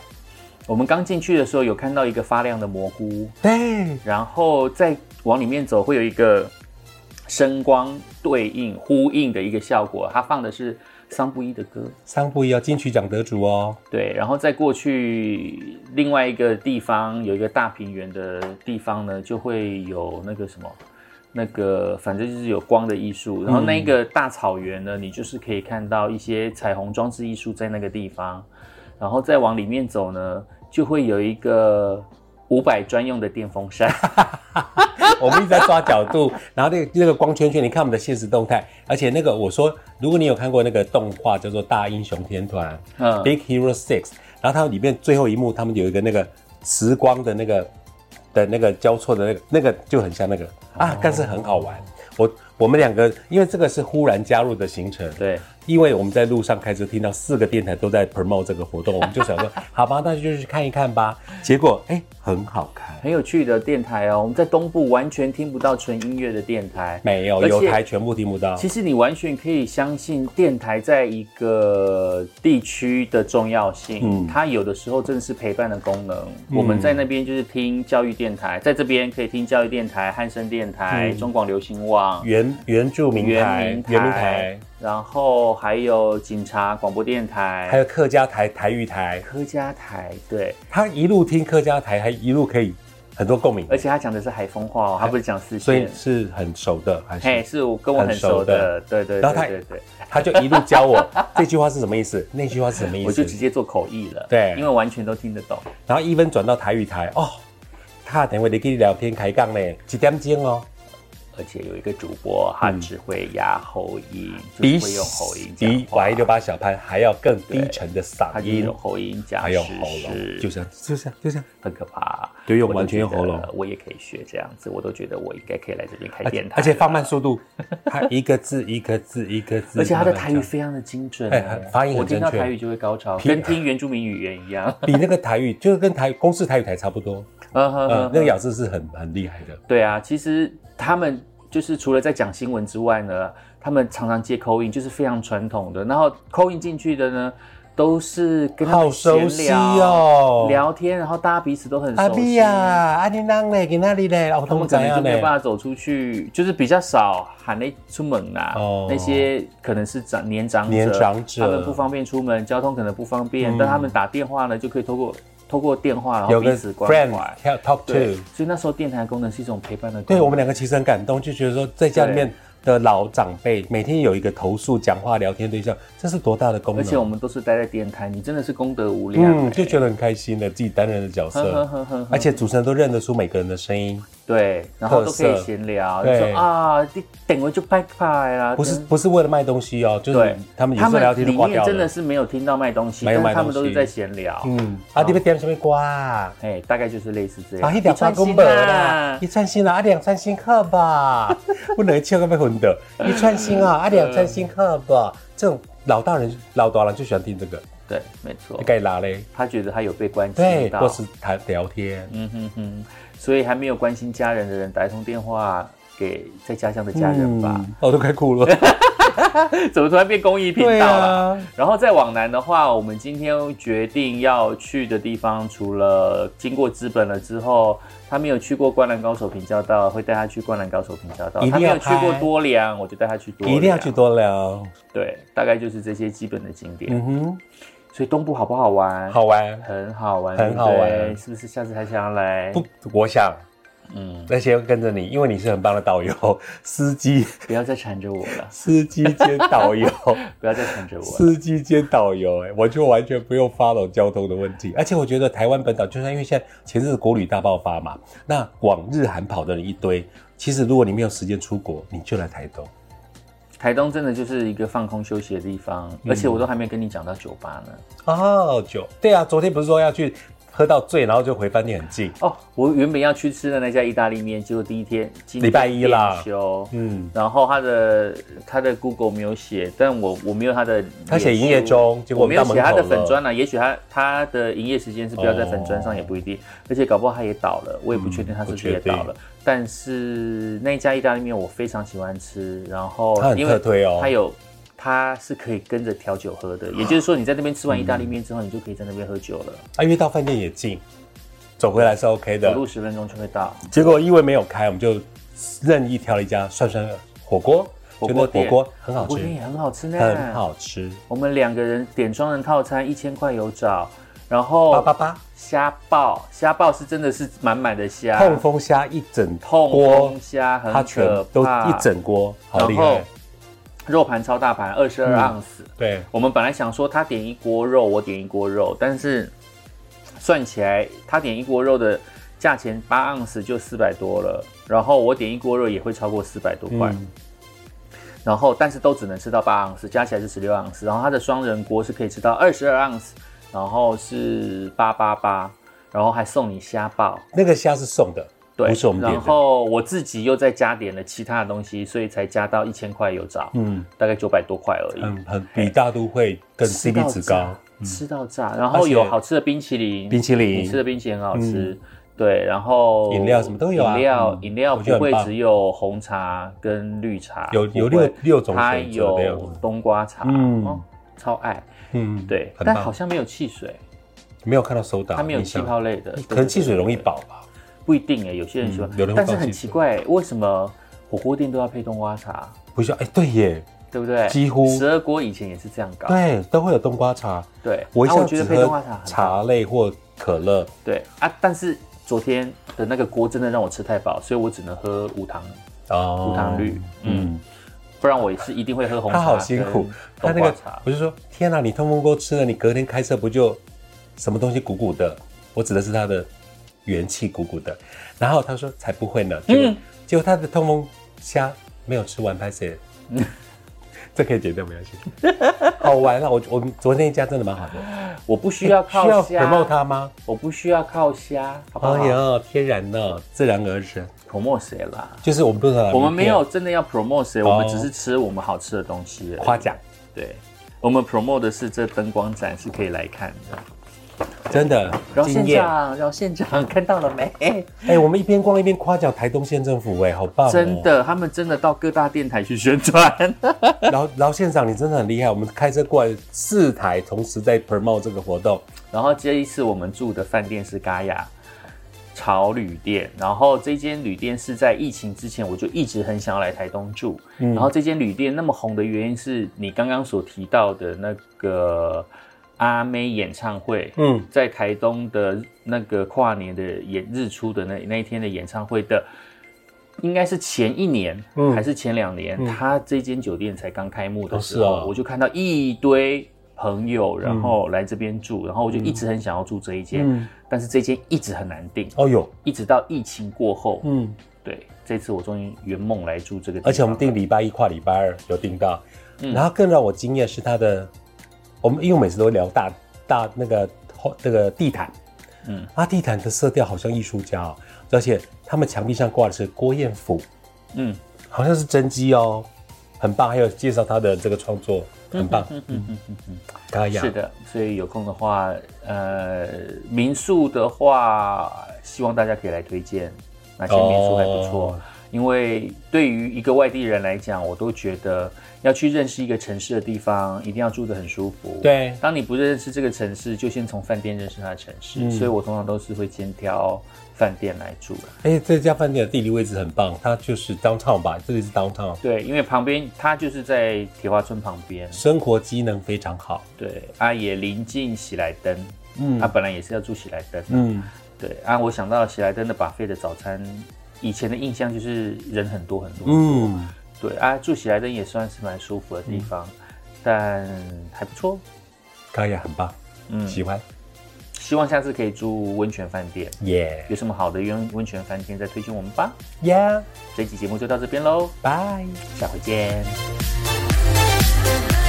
[SPEAKER 1] 我们刚进去的时候有看到一个发亮的蘑菇，
[SPEAKER 2] 对，
[SPEAKER 1] 然后再往里面走，会有一个声光对应呼应的一个效果。它放的是桑布伊的歌，
[SPEAKER 2] 桑布也要金曲奖得主 哦。
[SPEAKER 1] 对。然后再过去另外一个地方，有一个大平原的地方呢，就会有那个什么。那个反正就是有光的艺术，然后那个大草原呢，你就是可以看到一些彩虹装置艺术在那个地方，然后再往里面走呢，就会有一个五百专用的电风扇。
[SPEAKER 2] 我们一直在抓角度，然后那个那个光圈圈，你看我们的现实动态，而且那个我说，如果你有看过那个动画叫做《大英雄天团》
[SPEAKER 1] 嗯
[SPEAKER 2] Big Hero Six》，然后它里面最后一幕，他们有一个那个时光的那个的那个交错的那个那个就很像那个
[SPEAKER 1] 哦
[SPEAKER 2] 啊，但是很好玩。我我们两个因为这个是忽然加入的行程，
[SPEAKER 1] 对，
[SPEAKER 2] 因为我们在路上开车听到四个电台都在 promote 这个活动，我们就想 说，好吧，那就去看一看吧。结果哎、很好看，
[SPEAKER 1] 很有趣的电台哦。我们在东部完全听不到纯音乐的电台。
[SPEAKER 2] 没有
[SPEAKER 1] 而且
[SPEAKER 2] 有台全部听不到。
[SPEAKER 1] 其实你完全可以相信电台在一个地区的重要性，
[SPEAKER 2] 嗯
[SPEAKER 1] 它有的时候真的是陪伴的功能。我们在那边就是听教育电台，在这边可以听教育电台、汉声电台、中广流行网、
[SPEAKER 2] 原嗯原住民
[SPEAKER 1] 原
[SPEAKER 2] 台
[SPEAKER 1] 民、台、
[SPEAKER 2] 原民台，
[SPEAKER 1] 然后还有警察广播电台，
[SPEAKER 2] 还有客家台、台语台，
[SPEAKER 1] 客家台，对，
[SPEAKER 2] 他一路听客家台，还一路可以很多共鸣，
[SPEAKER 1] 而且他讲的是海风话哦，他不是讲四
[SPEAKER 2] 哎所以
[SPEAKER 1] 线。
[SPEAKER 2] 是很熟的，还
[SPEAKER 1] 嘿，
[SPEAKER 2] 是
[SPEAKER 1] 是我跟我很熟的，对对对
[SPEAKER 2] 然后他
[SPEAKER 1] 对对，
[SPEAKER 2] 他就一路教我 这句话是什么意思，那句话是什么意
[SPEAKER 1] 我就
[SPEAKER 2] 思
[SPEAKER 1] 直，接做口译了，
[SPEAKER 2] 对
[SPEAKER 1] 因为完全都听得懂。
[SPEAKER 2] 然后一分转到台语台，哦，他等会你跟你聊天开杠嘞，几点钟哦？
[SPEAKER 1] 而且有一个主播，他只会压喉音，
[SPEAKER 2] 比
[SPEAKER 1] 就是会用喉音
[SPEAKER 2] 比
[SPEAKER 1] 讲话
[SPEAKER 2] 玩一，六八小潘还要更低沉的
[SPEAKER 1] 他就
[SPEAKER 2] 嗓
[SPEAKER 1] 是
[SPEAKER 2] 音
[SPEAKER 1] 用，喉音讲
[SPEAKER 2] 还
[SPEAKER 1] 实
[SPEAKER 2] 有喉咙，
[SPEAKER 1] 事，
[SPEAKER 2] 就这样，就这样，就这样。
[SPEAKER 1] 很可怕。
[SPEAKER 2] 对用
[SPEAKER 1] 我都
[SPEAKER 2] 完全用喉咙
[SPEAKER 1] 觉得我也可以学这样子，我都觉得我应该可以来这边开
[SPEAKER 2] 而
[SPEAKER 1] 电
[SPEAKER 2] 且
[SPEAKER 1] 台
[SPEAKER 2] 而且放慢
[SPEAKER 1] 了，
[SPEAKER 2] 速度，他一个字一个字一个字，
[SPEAKER 1] 而且他的
[SPEAKER 2] 慢慢
[SPEAKER 1] 台
[SPEAKER 2] 讲
[SPEAKER 1] 语非常的精准
[SPEAKER 2] 哎
[SPEAKER 1] 欸
[SPEAKER 2] 很，发音很
[SPEAKER 1] 我听到
[SPEAKER 2] 正确
[SPEAKER 1] 台语就会高潮，
[SPEAKER 2] 屁
[SPEAKER 1] 跟听原住民语言一样。
[SPEAKER 2] 比那个台语，就是跟台公式台语台差不多，
[SPEAKER 1] 嗯哼
[SPEAKER 2] 呃
[SPEAKER 1] 哼，
[SPEAKER 2] 那个咬字是很很厉害的。
[SPEAKER 1] 对啊，其实他们就是除了在讲新闻之外呢，他们常常接口音，就是非常传统的。然后口音进去的呢，都是跟他
[SPEAKER 2] 好
[SPEAKER 1] 们
[SPEAKER 2] 熟
[SPEAKER 1] 闲
[SPEAKER 2] 悉
[SPEAKER 1] 聊、
[SPEAKER 2] 哦
[SPEAKER 1] 聊天，然后大家彼此都很
[SPEAKER 2] 阿
[SPEAKER 1] 熟
[SPEAKER 2] 弟
[SPEAKER 1] 悉。
[SPEAKER 2] 呀，阿弟啷啊嘞，给那里嘞，我
[SPEAKER 1] 他们
[SPEAKER 2] 通
[SPEAKER 1] 可
[SPEAKER 2] 怎
[SPEAKER 1] 能就
[SPEAKER 2] 样
[SPEAKER 1] 没有
[SPEAKER 2] 嘞
[SPEAKER 1] 办？法走出去，就是比较少喊那出门啦、
[SPEAKER 2] 哦
[SPEAKER 1] 那些可能是长年长者，
[SPEAKER 2] 年长者嗯
[SPEAKER 1] 他们不方便出门，交通可能不方便，但他们打电话呢，就可以透过透过电话，然后
[SPEAKER 2] 有
[SPEAKER 1] 彼
[SPEAKER 2] 个
[SPEAKER 1] 此关
[SPEAKER 2] friend
[SPEAKER 1] 怀。
[SPEAKER 2] 跳 talk
[SPEAKER 1] 对
[SPEAKER 2] to，，
[SPEAKER 1] 所以那时候电台的功能是一种陪伴的功能。
[SPEAKER 2] 对我们两个其实很感动，就觉得说在家里面的老长辈每天有一个投诉、讲话、聊天对象，这是多大的功
[SPEAKER 1] 而且我
[SPEAKER 2] 能？
[SPEAKER 1] 们都是待在电台，你真的是功德无量、欸
[SPEAKER 2] 嗯，就觉得很开心的自己担任的角
[SPEAKER 1] 呵呵
[SPEAKER 2] 色，
[SPEAKER 1] 呵呵呵
[SPEAKER 2] 而且主持人都认得出每个人的声音，
[SPEAKER 1] 对，然后都可
[SPEAKER 2] 特
[SPEAKER 1] 以
[SPEAKER 2] 色
[SPEAKER 1] 闲聊，就
[SPEAKER 2] 对
[SPEAKER 1] 说啊，你等我就拜拜啊啦。
[SPEAKER 2] 不是
[SPEAKER 1] 等
[SPEAKER 2] 不是为了卖东西哦，就是
[SPEAKER 1] 对，
[SPEAKER 2] 他们有
[SPEAKER 1] 他
[SPEAKER 2] 时候
[SPEAKER 1] 们
[SPEAKER 2] 聊天就
[SPEAKER 1] 里
[SPEAKER 2] 挂掉
[SPEAKER 1] 面
[SPEAKER 2] 了。
[SPEAKER 1] 真的是没有听到卖东西，
[SPEAKER 2] 没有
[SPEAKER 1] 但
[SPEAKER 2] 卖
[SPEAKER 1] 是
[SPEAKER 2] 东
[SPEAKER 1] 他们
[SPEAKER 2] 西
[SPEAKER 1] 都是在闲聊。
[SPEAKER 2] 嗯，啊，你要点什么瓜啊？
[SPEAKER 1] 哎，大概就是类似这样。
[SPEAKER 2] 啊，迄条花公无啦，一串星啦，啊两串星 好吧，我两个笑到要昏倒。一串星
[SPEAKER 1] 嗯
[SPEAKER 2] 啊，啊两串星好吧，这种老大人、老大人就喜欢听这个，
[SPEAKER 1] 对，没错
[SPEAKER 2] 你。该拉嘞，
[SPEAKER 1] 他觉得他有被关
[SPEAKER 2] 对，
[SPEAKER 1] 心
[SPEAKER 2] 或
[SPEAKER 1] 到，
[SPEAKER 2] 是谈聊天，
[SPEAKER 1] 嗯哼哼，所以还没有关心家人的人，打一通电话给在家乡的家人吧。
[SPEAKER 2] 嗯，我都快哭了。
[SPEAKER 1] 怎么突然变公益频道
[SPEAKER 2] 对
[SPEAKER 1] 了？
[SPEAKER 2] 啊，
[SPEAKER 1] 然后再往南的话，我们今天决定要去的地方，除了经过资本了之后，他没有去过灌篮高手平交道，会带他去灌篮高手平交道。
[SPEAKER 2] 一
[SPEAKER 1] 他
[SPEAKER 2] 定
[SPEAKER 1] 没
[SPEAKER 2] 要
[SPEAKER 1] 有去过
[SPEAKER 2] 拍
[SPEAKER 1] 多良，我就带他去多良。
[SPEAKER 2] 一定要去。多聊。
[SPEAKER 1] 对，大概就是这些基本的景点。
[SPEAKER 2] 嗯哼，
[SPEAKER 1] 所以东部好不好玩？，
[SPEAKER 2] 好玩。
[SPEAKER 1] 很好玩，
[SPEAKER 2] 很好
[SPEAKER 1] 对不对
[SPEAKER 2] 玩
[SPEAKER 1] 是不是？下次还想要来？
[SPEAKER 2] 不，我想
[SPEAKER 1] 嗯，
[SPEAKER 2] 那些跟着你，因为你是很棒的导游、司机、
[SPEAKER 1] 不要再缠着我 了，
[SPEAKER 2] 司机兼 导游。
[SPEAKER 1] 不要再缠着我了。
[SPEAKER 2] 司机兼导游，哎，我就完全不用 follow 交通的问题。而且我觉得台湾本岛，就算因为现在前阵子国旅大爆发嘛，那往日韩跑的人一堆。其实如果你没有时间出国，你就来台东。
[SPEAKER 1] 台东真的就是一个放空休息的地方，
[SPEAKER 2] 嗯
[SPEAKER 1] 而且我都还没跟你讲到酒吧呢。
[SPEAKER 2] 哦，酒，对啊，昨天不是说要去喝到醉，然后就回饭店很近。
[SPEAKER 1] 哦，我原本要去吃的那家意大利面，结果第一天今天
[SPEAKER 2] 礼拜一啦
[SPEAKER 1] 店休，
[SPEAKER 2] 嗯，
[SPEAKER 1] 然后他的他的 Google 没有写，但我我没有他的脸书，
[SPEAKER 2] 他写营业中结果
[SPEAKER 1] 我没有
[SPEAKER 2] 到
[SPEAKER 1] 写
[SPEAKER 2] 门口
[SPEAKER 1] 他的
[SPEAKER 2] 了
[SPEAKER 1] 粉砖啊，也许他他的营业时间是不要在粉砖
[SPEAKER 2] 哦
[SPEAKER 1] 上也不一定，而且搞不好他也倒了，我也不确定他是不是也倒
[SPEAKER 2] 嗯不确
[SPEAKER 1] 了。但是那家意大利面我非常喜欢吃，然后
[SPEAKER 2] 它很
[SPEAKER 1] 因为
[SPEAKER 2] 特推哦
[SPEAKER 1] 它有。它是可以跟着调酒喝的，也就是说，你在那边吃完意大利面之后，你就可以在那边喝酒了，
[SPEAKER 2] 啊，因为到饭店也近，走回来是 OK
[SPEAKER 1] 走
[SPEAKER 2] 的。
[SPEAKER 1] 路十分钟就会到。
[SPEAKER 2] 结果因为没有开，我们就任意挑了一家涮涮火锅，
[SPEAKER 1] 火锅
[SPEAKER 2] 觉得火
[SPEAKER 1] 店
[SPEAKER 2] 锅啊很
[SPEAKER 1] 火
[SPEAKER 2] 好
[SPEAKER 1] 锅店
[SPEAKER 2] 吃，
[SPEAKER 1] 也很好吃呢，
[SPEAKER 2] 很。好吃，
[SPEAKER 1] 我们两个人点双人套餐一千块有找，然后
[SPEAKER 2] 八八八。
[SPEAKER 1] 虾爆，虾爆是真的是满满的虾，
[SPEAKER 2] 痛风虾一整
[SPEAKER 1] 痛
[SPEAKER 2] 锅
[SPEAKER 1] 风，虾很
[SPEAKER 2] 它全
[SPEAKER 1] 可
[SPEAKER 2] 都
[SPEAKER 1] 嗯怕，
[SPEAKER 2] 一整锅，好厉
[SPEAKER 1] 然
[SPEAKER 2] 害
[SPEAKER 1] 后。肉盘超大盘，二十
[SPEAKER 2] 嗯
[SPEAKER 1] 二盎司。
[SPEAKER 2] 对，
[SPEAKER 1] 我们本来想说他点一锅肉，我点一锅肉，但是算起来他点一锅肉的价钱八盎司就四百多了，然后我点一锅肉也会超过四百多块，
[SPEAKER 2] 嗯
[SPEAKER 1] 然后但是都只能吃到八盎司，加起来是十六盎司。然后它的双人锅是可以吃到二十二盎司，然后是八八八，然后还送你虾爆。
[SPEAKER 2] 那个虾是送的，
[SPEAKER 1] 对，
[SPEAKER 2] 不是我们点
[SPEAKER 1] 然
[SPEAKER 2] 的。
[SPEAKER 1] 后我自己又再加点了其他的东西，所以才加到一千块有找，
[SPEAKER 2] 嗯，
[SPEAKER 1] 大概九百多块而已。
[SPEAKER 2] 很很比
[SPEAKER 1] 哎
[SPEAKER 2] 大都会更 CP 值高，嗯
[SPEAKER 1] 吃到炸，然
[SPEAKER 2] 而
[SPEAKER 1] 后
[SPEAKER 2] 且
[SPEAKER 1] 有好吃的冰淇淋，
[SPEAKER 2] 冰淇淋嗯
[SPEAKER 1] 你吃的冰淇淋很好吃。对，然后
[SPEAKER 2] 饮料什么都有啊
[SPEAKER 1] 饮料、
[SPEAKER 2] 嗯
[SPEAKER 1] 饮料
[SPEAKER 2] 我觉得
[SPEAKER 1] 不
[SPEAKER 2] 很
[SPEAKER 1] 会
[SPEAKER 2] 棒
[SPEAKER 1] 只有红茶跟绿茶，
[SPEAKER 2] 有
[SPEAKER 1] 不会
[SPEAKER 2] 有六六种
[SPEAKER 1] 它
[SPEAKER 2] 选择的样
[SPEAKER 1] 有
[SPEAKER 2] 子。
[SPEAKER 1] 冬瓜茶，
[SPEAKER 2] 嗯
[SPEAKER 1] 哦，超爱。
[SPEAKER 2] 嗯，
[SPEAKER 1] 对，
[SPEAKER 2] 很
[SPEAKER 1] 但好
[SPEAKER 2] 棒。
[SPEAKER 1] 像没有汽水，
[SPEAKER 2] 没有看到手打，
[SPEAKER 1] 它没有
[SPEAKER 2] 印
[SPEAKER 1] 气
[SPEAKER 2] 象，
[SPEAKER 1] 泡类的，对
[SPEAKER 2] 可能汽水容易，
[SPEAKER 1] 对对对
[SPEAKER 2] 饱吧。
[SPEAKER 1] 不一定哎，有些人喜欢
[SPEAKER 2] 嗯有人会，
[SPEAKER 1] 但是
[SPEAKER 2] 放
[SPEAKER 1] 很
[SPEAKER 2] 汽
[SPEAKER 1] 奇
[SPEAKER 2] 水
[SPEAKER 1] 怪，为什么火锅店都要配冬瓜茶？
[SPEAKER 2] 不需要，哎，对耶，
[SPEAKER 1] 对不对？
[SPEAKER 2] 几乎
[SPEAKER 1] 十二锅以前也是这样搞。
[SPEAKER 2] 对，都会有冬瓜茶。
[SPEAKER 1] 对，
[SPEAKER 2] 我一
[SPEAKER 1] 啊我
[SPEAKER 2] 向
[SPEAKER 1] 觉
[SPEAKER 2] 只
[SPEAKER 1] 得配冬瓜
[SPEAKER 2] 喝
[SPEAKER 1] 茶很棒
[SPEAKER 2] 茶类或可乐，
[SPEAKER 1] 对啊，但是昨天的那个锅真的让我吃太饱，所以我只能喝无糖
[SPEAKER 2] 哦
[SPEAKER 1] 无糖绿，嗯，不然我也是一定会喝红茶。
[SPEAKER 2] 他好辛苦，他
[SPEAKER 1] 冬
[SPEAKER 2] 那
[SPEAKER 1] 瓜
[SPEAKER 2] 个
[SPEAKER 1] 茶
[SPEAKER 2] 我就说，天哪、你通风锅吃了，你隔天开车不就什么东西鼓鼓的？我指的是他的元气鼓鼓的。然后他说才不会呢，结果、
[SPEAKER 1] 嗯
[SPEAKER 2] 结果他的通风虾没有吃完， 拍谁？这可以剪掉没关系。 好玩啊了，我我们昨天一家真的蛮好的，
[SPEAKER 1] 我不需要
[SPEAKER 2] 需
[SPEAKER 1] 靠
[SPEAKER 2] 要 promote
[SPEAKER 1] 虾，
[SPEAKER 2] 它吗？
[SPEAKER 1] 我不需要靠虾，好不啊好
[SPEAKER 2] 哎？呀，天然的，自然而然，
[SPEAKER 1] promote 谁啦？
[SPEAKER 2] 就是我们不能
[SPEAKER 1] 我们没有真的要 promote 谁，
[SPEAKER 2] 哦
[SPEAKER 1] 我们只是吃我们好吃的东西而已。
[SPEAKER 2] 夸奖，
[SPEAKER 1] 对，我们 promote 的是这灯光展是可以来看的。
[SPEAKER 2] 真的
[SPEAKER 1] 饶
[SPEAKER 2] 惊
[SPEAKER 1] 县
[SPEAKER 2] 艳。
[SPEAKER 1] 长，饶县长 看到了没？
[SPEAKER 2] 哎、我们一边逛一边夸奖台东县政府、哎，好棒、哦！
[SPEAKER 1] 真的，他们真的到各大电台去宣传。
[SPEAKER 2] 然后，然后县长你真的很厉害，我们开车过来四台同时在 promote 这个活动，
[SPEAKER 1] 然后这一次我们住的饭店是嘎雅潮旅店，然后这间旅店是在疫情之前我就一直很想要来台东住，然后这间旅店那么红的原因是你刚刚所提到的那个阿妹演唱会，
[SPEAKER 2] 嗯，
[SPEAKER 1] 在台东的那个跨年的演日出的那那一天的演唱会的。应该是前一年、
[SPEAKER 2] 嗯
[SPEAKER 1] 还是前两年，他这间酒店才刚开幕的
[SPEAKER 2] 哦
[SPEAKER 1] 时
[SPEAKER 2] 是
[SPEAKER 1] 候，
[SPEAKER 2] 啊
[SPEAKER 1] 我就看到一堆朋友，然后来这边住，然后我就一直很想要住这一间，
[SPEAKER 2] 嗯
[SPEAKER 1] 但是这间一直很难订，
[SPEAKER 2] 哦哟，
[SPEAKER 1] 一直到疫情过后，
[SPEAKER 2] 嗯，
[SPEAKER 1] 对，这次我终于圆梦来住这个地方，
[SPEAKER 2] 而且我们订礼拜一跨礼拜二有订到，然后更让我惊艳是它的，我们因为我每次都会聊大大那个后那个地毯，嗯
[SPEAKER 1] 嗯，
[SPEAKER 2] 啊地毯的色调好像艺术家哦，而且他们墙壁上挂的是郭彦甫，
[SPEAKER 1] 嗯，
[SPEAKER 2] 好像是真机哦，很棒，还有介绍他的这个创作，很棒，嗯嗯嗯，高雅
[SPEAKER 1] 是，的，所以有空的话，呃，民宿的话，希望大家可以来推荐哪些民宿还不错。
[SPEAKER 2] 哦
[SPEAKER 1] 因为对于一个外地人来讲，我都觉得要去认识一个城市的地方，一定要住得很舒服。
[SPEAKER 2] 对
[SPEAKER 1] 当你不认识这个城市，就先从饭店认识它的城市。所以我通常都是会先挑饭店来住。
[SPEAKER 2] 而且这家饭店的地理位置很棒，它就是 downtown 吧，这里是 downtown，
[SPEAKER 1] 对，因为旁边它就是在铁花村旁边，
[SPEAKER 2] 生活机能非常好。
[SPEAKER 1] 对，啊也临近喜来登，
[SPEAKER 2] 嗯
[SPEAKER 1] 嗯，啊本来也是要住喜来登，
[SPEAKER 2] 嗯，
[SPEAKER 1] 对，啊我想到喜来登的把费的早餐，以前的印象就是人很多很多，
[SPEAKER 2] 嗯，
[SPEAKER 1] 对啊住喜来登也算是蛮舒服的地方，但还不错，
[SPEAKER 2] 高雅很棒，嗯，喜欢
[SPEAKER 1] 希望下次可以住温泉饭店，
[SPEAKER 2] 耶
[SPEAKER 1] 有什么好的温温泉饭店再推荐我们吧。
[SPEAKER 2] 耶，
[SPEAKER 1] 这期节目就到这边喽，
[SPEAKER 2] 拜。
[SPEAKER 1] 下回见。
[SPEAKER 3] 「